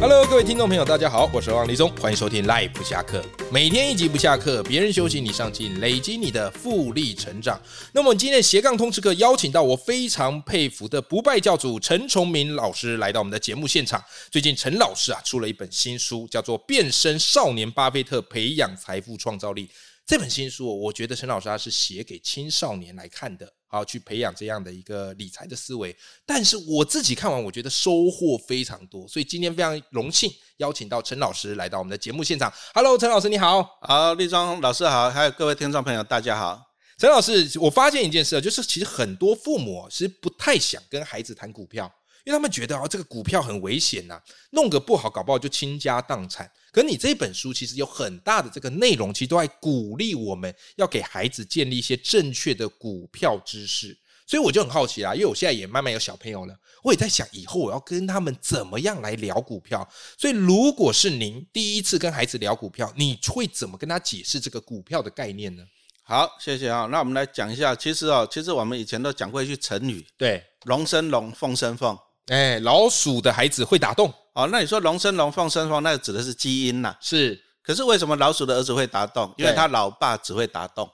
Hello，各位听众朋友，大家好，我是欧阳立中，欢迎收听 Life 不下课，每天一集不下课，别人休息你上进，累积你的复利成长。那么今天的斜杠通识课邀请到我非常佩服的不败教主陈崇明老师来到我们的节目现场。最近陈老师啊出了一本新书，叫做《变身少年巴菲特：培养财富创造力》。这本新书哦，我觉得陈老师他是写给青少年来看的，好去培养这样的一个理财的思维。但是我自己看完，我觉得收获非常多，所以今天非常荣幸邀请到陈老师来到我们的节目现场。Hello，陈老师你好。好，立中老师好，还有各位听众朋友，大家好。陈老师，我发现一件事啊，就是其实很多父母其实不太想跟孩子谈股票，因为他们觉得啊，这个股票很危险呐、弄个不好，搞不好就倾家荡产。可你这本书其实有很大的这个内容，其实都在鼓励我们要给孩子建立一些正确的股票知识。所以我就很好奇啦，因为我现在也慢慢有小朋友了，我也在想以后我要跟他们怎么样来聊股票。所以如果是您第一次跟孩子聊股票，你会怎么跟他解释这个股票的概念呢？好，谢谢啊、那我们来讲一下，其实啊、其实我们以前都讲过一句成语对， “龙生龙，凤生凤哎，老鼠的孩子会打洞，”。哦，那你说“龙生龙，凤生凤”，那指的是基因呐、是可是为什么老鼠的儿子会打洞？因为对他老爸只会打 洞。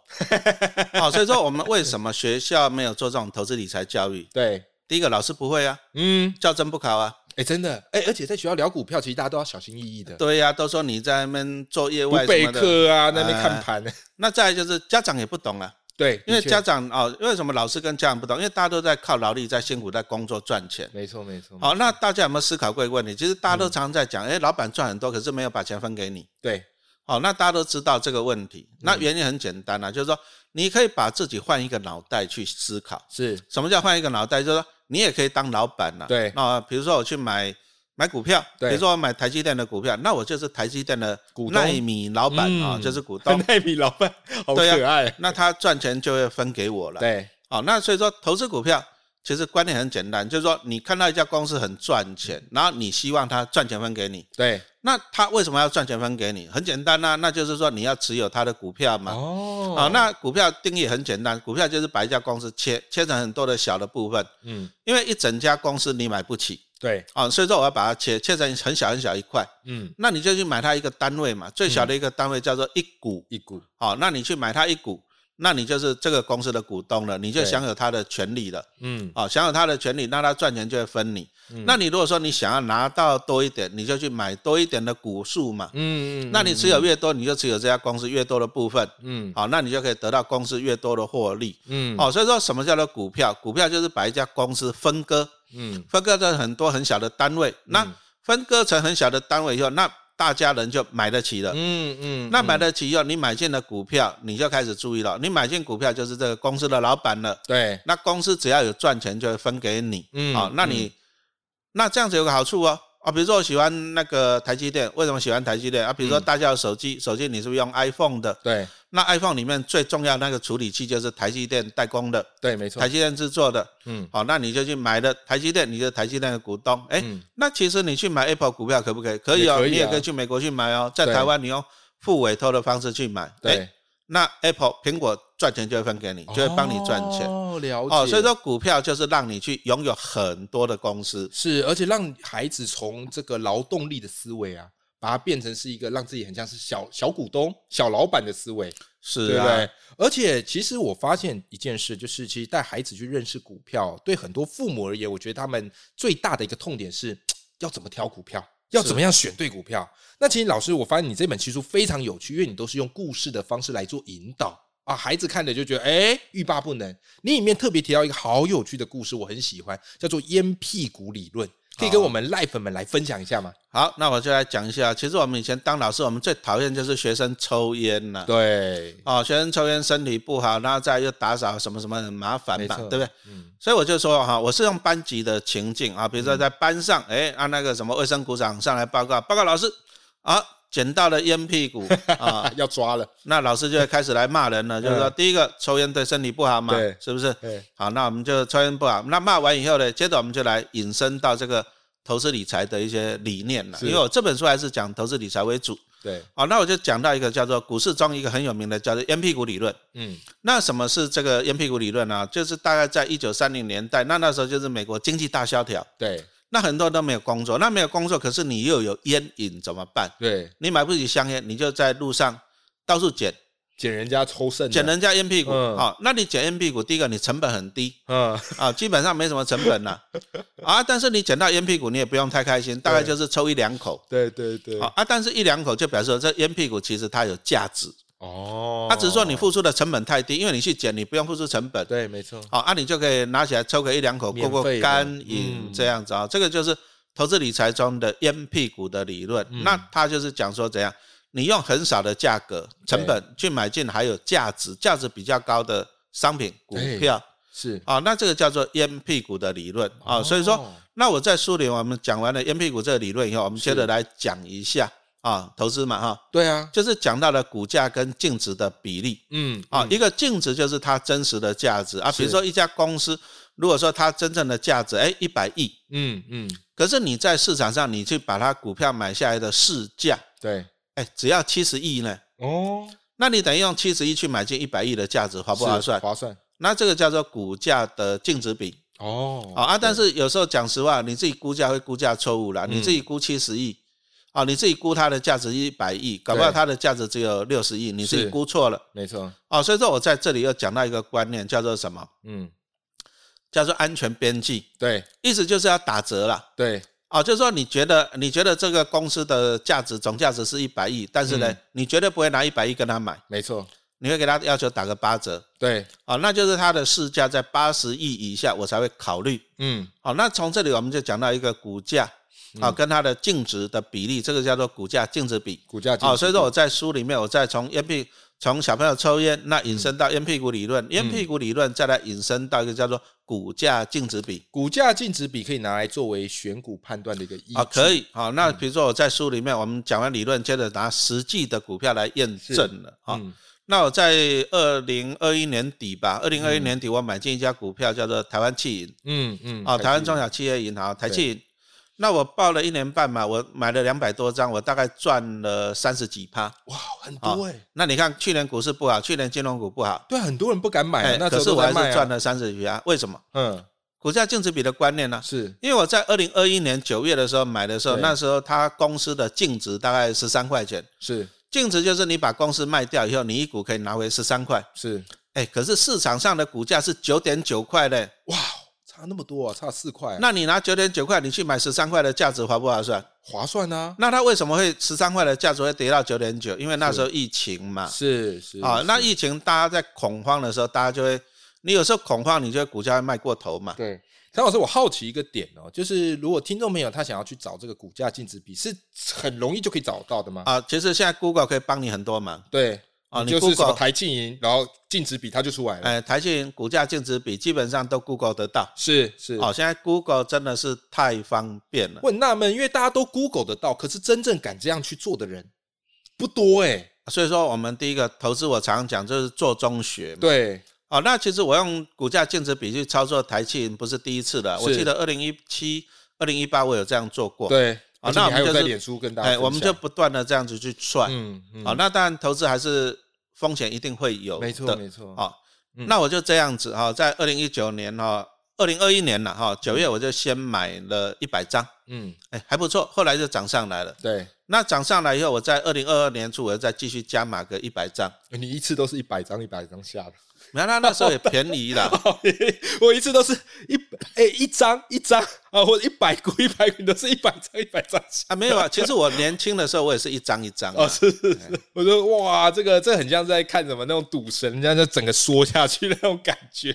好、所以说我们为什么学校没有做这种投资理财教育？对，第一个，老师不会啊，嗯，教真不考啊。哎，真的，哎，而且在学校聊股票，其实大家都要小心翼翼的，对呀、都说你在那边做业不外备什么的。课啊，那边看盘， 那再来就是家长也不懂啊。对，因为的确家长哦，为什么老师跟家长不同？因为大家都在靠劳力，在辛苦，在工作赚钱。没错没错，好、那大家有没有思考过一个问题？其实大家都常常在嗯讲，哎、老板赚很多，可是没有把钱分给你。对，好、那大家都知道这个问题。嗯那原因很简单啊，就是说你可以把自己换一个脑袋去思考。是，什么叫换一个脑袋？就是说你也可以当老板了、啊。对那比如说我去买买股票，比对如说我买台积电的股票，那我就是台积电的股东纳米老板啊、嗯就是股东。 奈米老板好对啊可爱，那他赚钱就会分给我了。对，好、那所以说投资股票其实观念很简单，就是说你看到一家公司很赚钱，然后你希望它赚钱分给你，对，那它为什么要赚钱分给你？很简单呐、啊那就是说你要持有它的股票嘛。哦好、那股票定义很简单，股票就是把一家公司切切成很多的小的部分，嗯，因为一整家公司你买不起对，啊、所以说我要把它切切成很小很小一块，嗯，那你就去买它一个单位嘛，最小的一个单位叫做一股，一股，好、那你去买它一股，那你就是这个公司的股东了，你就对享有它的权利了。嗯，哦，享有他的权利，那他赚钱就会分你。那你如果说你想要拿到多一点，你就去买多一点的股数嘛。嗯，那你持有越多，你就持有这家公司越多的部分。嗯，好、那你就可以得到公司越多的获利。嗯，哦，所以说什么叫做股票？股票就是把一家公司分割，嗯，分割成很多很小的单位。那分割成很小的单位以后，那大家人就买得起了。嗯嗯，呃那买得起以后，你买进了股票，你就开始注意了。你买进股票就是这个公司的老板了。对，那公司只要有赚钱就会分给你，嗯好、那你、那这样子有个好处哦，啊，比如说我喜欢那个台积电，为什么喜欢台积电啊？嗯比如说大家有手机，手机你是不是用 iPhone 的？对，那 iPhone 里面最重要的那个处理器就是台积电代工的，对，没错台，积电制作的，嗯，好、那你就去买了台积电，你就是台积电的股东，哎、嗯那其实你去买 Apple 股票可不可以？可以哦，也可以啊你也可以去美国去买哦，在对台湾你用付委托的方式去买，哦对，那 Apple 苹果赚钱就会分给你，就会帮你赚钱。哦，了解，哦，所以说股票就是让你去拥有很多的公司。是，而且让孩子从这个劳动力的思维啊，把它变成是一个让自己很像是小小股东、小老板的思维，是对不啊，对？而且其实我发现一件事，就是其实带孩子去认识股票，对很多父母而言，我觉得他们最大的一个痛点是要怎么挑股票。要怎么样选对股票？那其实老师，我发现你这本新书非常有趣，因为你都是用故事的方式来做引导啊，孩子看了就觉得哎欲罢不能。你里面特别提到一个好有趣的故事，我很喜欢，叫做烟屁股理论，可以跟我们赖粉们来分享一下吗？好，那我就来讲一下。其实我们以前当老师，我们最讨厌就是学生抽烟了、对，哦，学生抽烟身体不好，然后再又打扫什么什么很麻烦没嘛，错对不对？嗯，所以我就说哈，我是用班级的情境啊，比如说在班上，哎、按、那个什么卫生股长上来报告，报告老师啊，捡到了烟屁股 啊，要抓了，那老师就会开始来骂人了，就是说第一个抽烟对身体不好嘛嗯对，是不是？对，好，那我们就抽烟不好。那骂完以后呢，接着我们就来引申到这个投资理财的一些理念了，是因为我这本书还是讲投资理财为主。对，好，那我就讲到一个叫做股市中一个很有名的叫做烟屁股理论。嗯，那什么是这个烟屁股理论呢、就是大概在一九三零年代，那那时候就是美国经济大萧条，对，那很多人都没有工作，那没有工作，可是你又有烟瘾怎么办？对，你买不起香烟，你就在路上到处捡，捡人家抽剩的，捡人家烟屁股。好、嗯那你捡烟屁股，第一个你成本很低嗯，啊，基本上没什么成本啦。啊，但是你捡到烟屁股，你也不用太开心，大概就是抽一两口。 对对对，好啊，但是一两口就表示说这烟屁股其实它有价值，哦，它只是说你付出的成本太低，因为你去捡你不用付出成本。对，没错，好，啊，你就可以拿起来抽个一两口，免过费的过干嗯瘾这样子啊、这个就是投资理财中的烟屁股的理论。嗯那它就是讲说怎样，你用很少的价格成本去买进还有价值、价值比较高的商品、股对票是啊、那这个叫做烟屁股的理论啊、所以说，哦那我在书里我们讲完了烟屁股这个理论以后，我们接是着来讲一下啊、投资嘛哈、对啊，就是讲到了股价跟净值的比例。嗯，啊、一个净值就是它真实的价值啊。是比如说一家公司，如果说它真正的价值哎一百亿，嗯嗯，可是你在市场上你去把它股票买下来的市价，对，哎只要七十亿呢，哦，那你等于用七十亿去买进一百亿的价值，划不划是算？划算，那这个叫做股价的净值比哦，啊、啊。但是有时候讲实话，你自己估价会估价错误啦，嗯你自己估七十亿。啊，你自己估它的价值一百亿，搞不好对它的价值只有六十亿，你自己是估错了没错，啊、所以说我在这里又讲到一个观念，叫做什么？嗯，叫做安全边际，对意思就是要打折啦。对，哦，就是说你觉得你觉得这个公司的价值总价值是一百亿，但是呢，嗯你绝对不会拿一百亿跟他买，没错，你会给他要求打个八折。对，哦，那就是它的市价在八十亿以下，我才会考虑。嗯，哦，那从这里我们就讲到一个股价啊、跟它的净值的比例，这个叫做股价净值比。股价哦，所以说我在书里面，我再从烟屁从小朋友抽烟，那引申到烟屁股理论，烟屁股理论再来引申到一个叫做股价净值比。股价净值比可以拿来作为选股判断的一个依据，啊，可以好，那比如说我在书里面，我们讲完理论，接着拿实际的股票来验证了啊。嗯，那我在二零二一年底吧，二零二一年底我买进一家股票叫做台湾汽银嗯嗯，啊，台湾中小小企业银行台汽银。那我报了一年半嘛，我买了两百多张，我大概赚了三十几趴。哇，很多哎，那你看去年股市不好，去年金融股不好，哎对，很多人不敢买啊，那时可候是都我在还是卖赚啊，了三十几趴，为什么？嗯，股价净值比的观念呢、是，因为我在二零二一年九月的时候买的时候，对那时候它公司的净值大概十三块钱，是净值就是你把公司卖掉以后，你一股可以拿回十三块。是，哎，可是市场上的股价是九点九块嘞，哇，差那么多啊，差四块啊，那你拿九点九块，你去买十三块的价值划不划算？划算啊，那它为什么会十三块的价值会跌到九点九？因为那时候疫情嘛，是是啊，那是疫情大家在恐慌的时候，大家就会，你有时候恐慌，你就会股价会卖过头嘛。对，陈老师，我好奇一个点哦，就是如果听众朋友他想要去找这个股价净值比，是很容易就可以找到的吗？啊，其实现在 Google 可以帮你很多忙。对，啊你你就是什么 Google 台庆银，然后净值比它就出来了。哎，台信股价净值比基本上都 Google 得到。是是，哦，现在 Google 真的是太方便了，我很纳闷，因为大家都 Google 得到，可是真正敢这样去做的人不多哎、所以说我们第一个投资，我常常讲就是做中学嘛。嗯对，哦，那其实我用股价净值比去操作台气不是第一次了，是我记得二零一七、二零一八我有这样做过。，对，啊而且你那我们还有就在是脸书跟大家分哎，享，我们就不断的这样子去踹。嗯嗯，哦，那当然投资还是风险一定会有的。没错没错，哦，嗯那我就这样子哈、哦，在二零一九年哈，二零二一年了哈，九月我就先买了一百张，嗯哎，还不错，后来就涨上来了。对，那涨上来以后，我在二零二二年初，我又再继续加码个一百张。你一次都是一百张一百张下的，你看，那那时候也便 宜啦，我一次都是一哎、一张一张啊，或者一百股一百股，你都是一百张一百张下。啊，没有啊。其实我年轻的时候，我也是一张一张哦，啊。是是是，我说哇，这个这很像在看什么那种赌神，人家就整个缩下去那种感觉。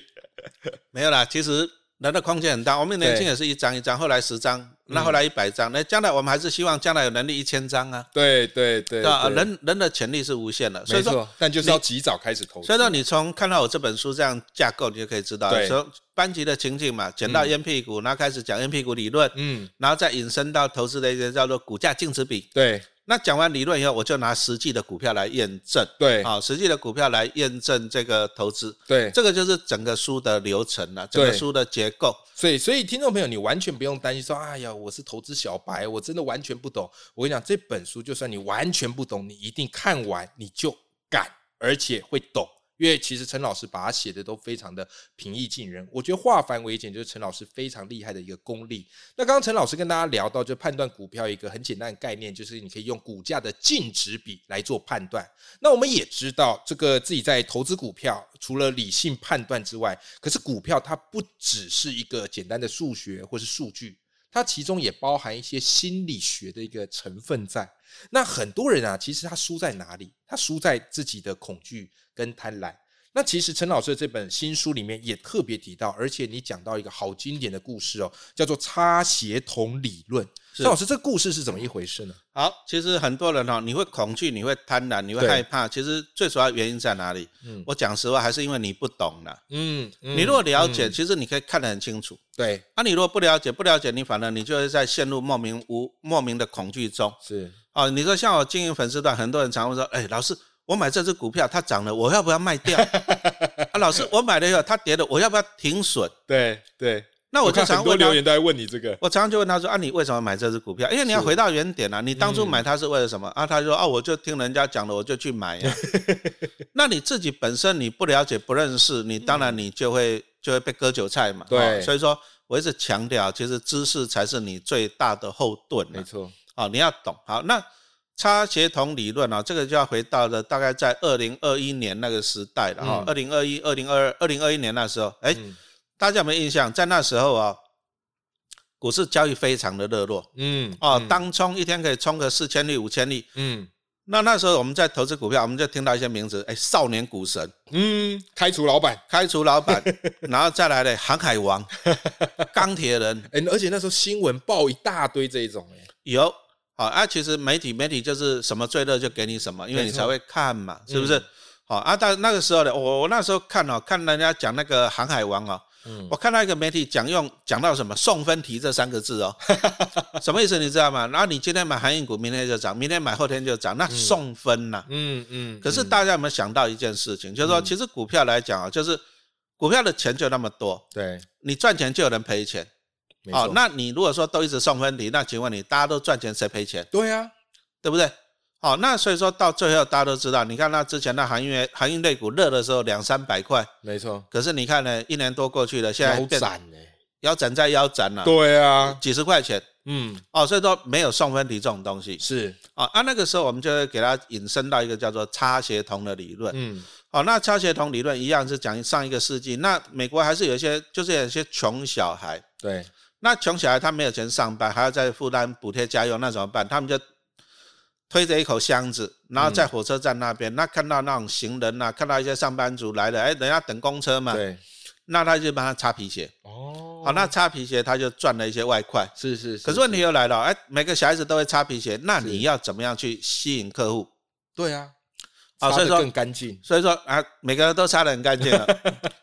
没有啦，其实人的空间很大。我们年轻对嗯也是一张一张，后来十张，那后来一百张。那将来我们还是希望将来有能力一千张啊，对对对，对对吧？啊人人的潜力是无限的，所没以说。错，但就是要及早开始投资。所以说，你从看到我这本书这样架构，你就可以知道对，从班级的情景嘛，捡到烟屁股，然后开始讲烟屁股理论，嗯，然后再引申到投资的一些叫做股价净值比，对，那讲完理论以后，我就拿实际的股票来验证，对啊，实际的股票来验证这个投资，对，这个就是整个书的流程了，整个对书的结构。所以所以听众朋友，你完全不用担心说，哎呀，我是投资小白，我真的完全不懂。我跟你讲，这本书就算你完全不懂，你一定看完你就敢，而且会懂。因为其实陈老师把它写的都非常的平易近人，我觉得化繁为简就是陈老师非常厉害的一个功力。那刚刚陈老师跟大家聊到，就判断股票一个很简单的概念，就是你可以用股价的净值比来做判断。那我们也知道，这个自己在投资股票，除了理性判断之外，可是股票它不只是一个简单的数学或是数据，它其中也包含一些心理学的一个成分在。那很多人啊，其实他输在哪里？他输在自己的恐惧跟贪婪。那其实陈老师的这本新书里面也特别提到，而且你讲到一个好经典的故事哦，叫做擦鞋童理论。是陈老师，这故事是怎么一回事呢？好，其实很多人哈、哦，你会恐惧，你会贪婪，你会对害怕，其实最主要原因在哪里？嗯我讲实话，还是因为你不懂了。嗯，嗯你如果了解，嗯其实你可以看得很清楚。对，啊，你如果不了解，不了解，你反而你就会在陷入莫名无莫名的恐惧中。是哦，你说像我经营粉丝团，很多人常会说，哎，老师，我买这只股票它涨了，我要不要卖 掉？啊，老师，我买了以后它跌了，我要不要停损？对对。那我就常问他，都在问你这个，我常常就问他说，啊，你为什么买这只股票？因为你要是回到原点啊，你当初嗯买它是为了什么？啊，他说，啊，我就听人家讲了，我就去 买呀、那你自己本身你不了解、不认识，你当然你就会、就会被割韭菜嘛。嗯对哦所以说我一直强调，其实知识才是你最大的后盾、啊。没错，哦，你要懂。好，那差协同理论啊、这个就要回到了大概在二零二一年那个时代了哈、2二零二一、二零二二、二零二一年那时候，哎、嗯大家有没有印象？在那时候啊、股市交易非常的热络嗯哦，嗯当冲一天可以冲个四千例、五千例。嗯那那时候我们在投资股票，我们就听到一些名字，哎，少年股神、嗯，开除老板，开除 老板，然后再来嘞，航海王、钢铁人，哎，而且那时候新闻报一大堆这一种，哎，有好啊，其实媒体媒体就是什么最热就给你什么，因为你没错才会看嘛，是不嗯是？好、啊，但那个时候呢，我我那时候看哦，看人家讲那个航海王哦，嗯我看到一个媒体讲用讲到什么送分题这三个字 哦，什么意思你知道吗？然后你今天买航运股，明天就涨，明天买后天就涨，那送分呐、嗯嗯可是嗯大家有没有想到一件事情，就是说，其实股票来讲啊、就是股票的钱就那么多，对，你赚钱就有人赔钱。没哦错，，那你如果说都一直送分题，那请问你大家都赚钱，谁赔钱？对啊，对不对？好、那所以说到最后，大家都知道，你看那之前那航运航运类股热的时候两三百块，没错，可是你看呢，一年多过去了，现在啊腰变斩哎呢，腰斩再腰斩了、对啊，几十块钱嗯，哦，所以说没有送分题这种东西是，啊、啊，那个时候我们就会给它引申到一个叫做差协同的理论。嗯好、那差协同理论一样是讲上一个世纪，那美国还是有一些就是有一些穷小孩，对，那穷小孩他没有钱上班，还要再负担补贴家用，那怎么办？他们就推着一口箱子，然后嗯在火车站那边，那看到那种行人呐、啊，看到一些上班族来了，哎，人家等公车嘛，对，那他就帮他擦皮鞋。哦好，那擦皮鞋他就赚了一些外快。是是，可是问题又来了，哎，每个小孩子都会擦皮鞋，那你要怎么样去吸引客户？对啊，啊擦所以得说更干净，所以说啊，每个人都擦得很干净 了。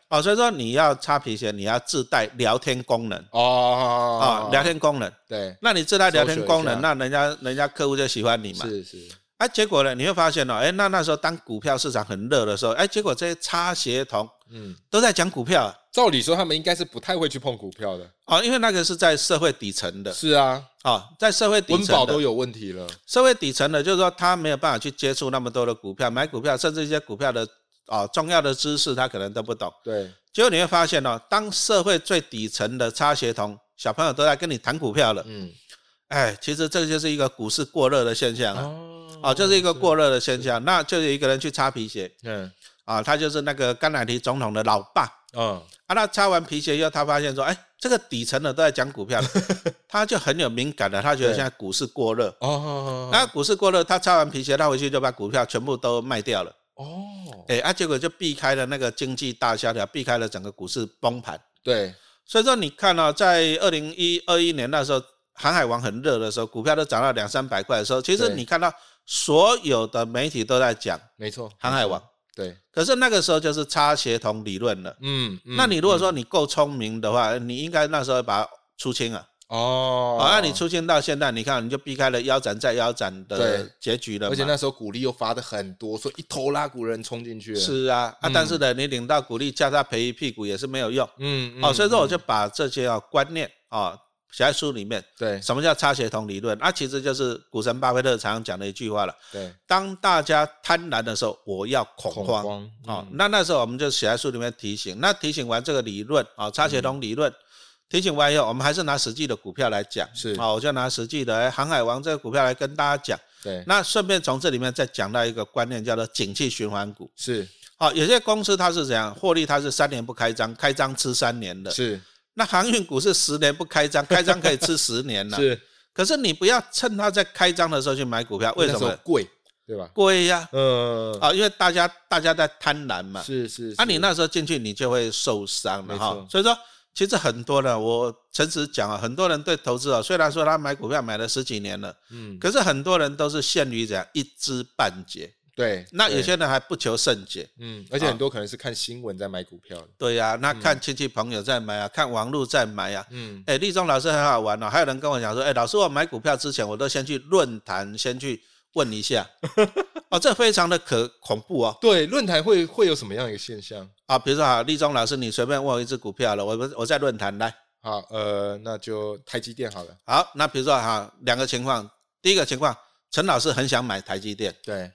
哦，所以说你要擦皮鞋，你要自带聊天功能啊、哦聊天功能。对，那你自带聊天功搜寻一能，那人家人家客户就喜欢你嘛。是是，哎、结果呢，你会发现哦，哎、那那时候当股票市场很热的时候，哎、结果这些差协同嗯，都在讲股票啊照理说他们应该是不太会去碰股票的，哦，因为那个是在社会底层的是啊，哦，在社会底温层饱都的，有问题了，社会底层的，就是说他没有办法去接触那么多的股票，买股票，甚至一些股票的哦重要的知识，他可能都不懂。对，结果你会发现哦，当社会最底层的差协同小朋友都在跟你谈股票了，嗯，哎，其实这就是一个股市过热的现象啊。哦哦，就是一个，过热的现象。那就有一个人去擦皮鞋嗯啊，他就是那个甘乃迪总统的老爸嗯，啊。他擦完皮鞋以后，他发现说，哎，这个底层的都在讲股票了，他就很有敏感了，他觉得对现在股市过热。哦，那股市过热，他擦完皮鞋，他回去就把股票全部都卖掉了。哦，哎，啊，结果就避开了那个经济大萧条，避开了整个股市崩盘。对，所以说，你看啊、在二零一二一年那时候，航海王很热的时候，股票都涨到两三百块的时候，其实对你看到所有的媒体都在讲没错，航海王。对，可是那个时候就是差协同理论了。嗯，嗯那你如果说你够聪明的话，你应该那时候把它出清啊，哦好、那你出现到现在，你看你就避开了腰斩再腰斩的对结局了嘛。而且那时候股利又发的很多，所以一头拉股人冲进去了。，是啊，啊，但是呢，你领到股利，叫他赔一屁股也是没有用。嗯，哦，所以说嗯我就把这些啊观念啊写在书里面。对什么叫差协同理论？那、啊其实就是股神巴菲特常常讲的一句话了：对当大家贪婪的时候，我要恐恐慌。慌哦，嗯那那时候我们就写在书里面提醒。那提醒完这个理论啊、哦，差协同理论、提醒完以后，我们还是拿实际的股票来讲。嗯是啊、哦，我就拿实际的哎航海王这个股票来跟大家讲。对那顺便从这里面再讲到一个观念，叫做景气循环股。是好、有些公司它是怎样获利，它是三年不开张，开张吃三年的。是那航运股是十年不开张，开张可以吃十年 了。是，可是你不要趁它在开张的时候去买股票，为那什时候么贵对吧？贵呀？嗯，啊，因为大家大家在贪婪嘛。是是，啊，是你那时候进去你就会受伤了没错哈。所以说，其实很多人，我诚实讲啊，很多人对投资啊，虽然说他买股票买了十几年了，嗯可是很多人都是陷于怎样一知半解。对，那有对些人还不求甚解。嗯，而且啊很多可能是看新闻在买股票的，对呀、那看亲戚朋友在买啊，看网络在买啊。嗯哎，立中老师很好玩哦，还有人跟我讲说，哎，老师，我买股票之前我都先去论坛先去问一下，哦，这非常的可恐怖哦。对，论坛会会有什么样一个现象？啊，比如说啊，立中老师，你随便问我一只股票了，我不我在论坛来。好，呃，那就台积电好了，好，那比如说哈，两个情况，第一个情况，陈老师很想买台积电，对，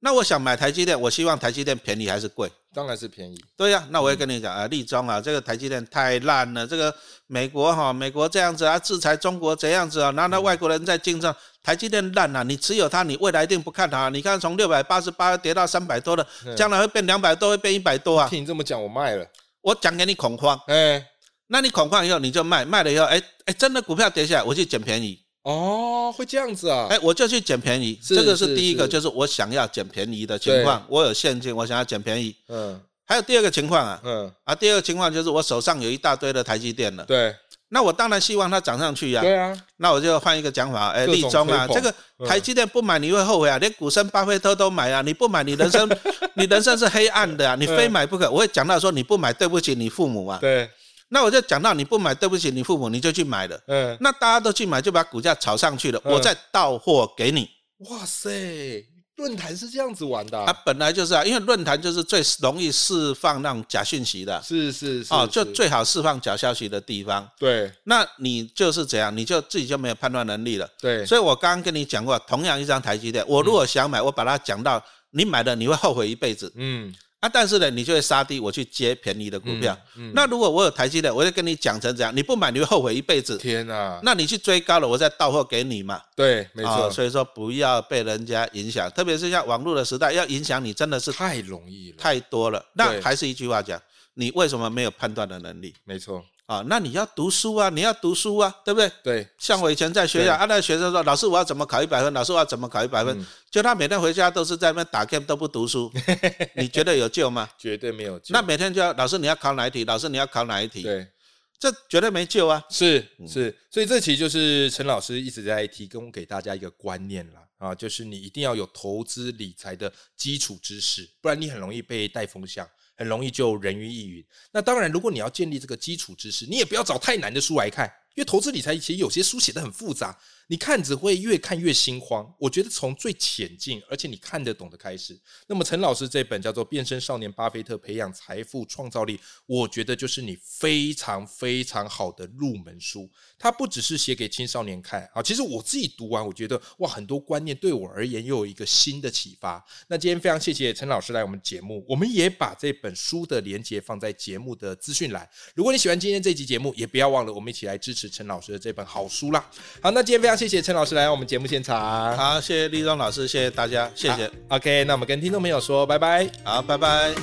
那我想买台积电，我希望台积电便宜还是贵？当然是便宜，对呀、那我嗯会跟你讲啊，立中啊，这个台积电太烂了，这个美国哈、美国这样子啊，制裁中国这样子啊，然后嗯那外国人在竞争，台积电烂了、你持有它，你未来一定不看它，你看从六百八十八跌到三百多了嗯，将来会变两百多，会变一百多啊！听你这么讲，我卖了，我讲给你恐慌，哎，那你恐慌以后你就卖，卖了以后，哎哎，真的股票跌下来，我去捡便宜，哦，会这样子啊，哎，我就去捡便宜，是这个是是第一个，是就是我想要捡便宜的情况，我有现金，我想要捡便宜。嗯还有第二个情况啊，嗯，啊，第二个情况就是我手上有一大堆的台积电了，对那我当然希望它涨上去呀、对啊，那我就换一个讲法，哎，各种立中啊，吹捧这个嗯台积电不买你会后悔啊，连股神巴菲特都买啊，你不买你人生你人生是黑暗的啊，你非买不可。我会讲到说你不买对不起你父母啊，对，那我就讲到你不买对不起你父母，你就去买了。嗯，那大家都去买，就把股价炒上去了，嗯我再到货给你。哇塞，论坛是这样子玩的啊啊，，本来就是啊，因为论坛就是最容易释放那种假讯息的是是是，哦，就是最好释放假消息的地方。对那你就是怎样，你就自己就没有判断能力了。对，嗯所以我刚刚跟你讲过，同样一张台积电，我如果想买，我把它讲到你买了你会后悔一辈子嗯，啊，但是呢，你就会杀低我去接便宜的股票。嗯，嗯那如果我有台积电，我就跟你讲成怎样，你不买你会后悔一辈子。天啊，那你去追高了，我再到货给你嘛。对，没啊错，所以说不要被人家影响，特别是像网络的时代，要影响你真的是太容易了，太多了。对那还是一句话讲，你为什么没有判断的能力没错，啊？那你要读书啊，你要读书啊，对不对？对，像我以前在学校，啊，那学生说：“老师，我要怎么考一百分？老师，我要怎么考一百分？”嗯就他每天回家都是在那边打 game，都不读书，你觉得有救吗？绝对没有救，那每天就要老师你要考哪一题，老师你要考哪一题，对。这绝对没救啊！是是，所以这其实就是陈老师一直在提供给大家一个观念啦，啊，就是你一定要有投资理财的基础知识，不然你很容易被带风向，很容易就人云亦云。那当然，如果你要建立这个基础知识，你也不要找太难的书来看，因为投资理财其实有些书写的很复杂，你看只会越看越心慌。我觉得从最浅近，而且你看得懂的开始。那么陈老师这本叫做《变身少年巴菲特：培养财富创造力》，我觉得就是你非常非常好的入门书。它不只是写给青少年看啊，其实我自己读完，我觉得哇，很多观念对我而言又有一个新的启发。那今天非常谢谢陈老师来我们节目，我们也把这本书的连接放在节目的资讯栏。如果你喜欢今天这集节目，也不要忘了我们一起来支持陈老师的这本好书啦。好，那今天非常谢谢陈老师来我们节目现场，好，谢谢立中老师，谢谢大家，谢谢， OK，那我们跟听众朋友说拜拜。好，拜拜。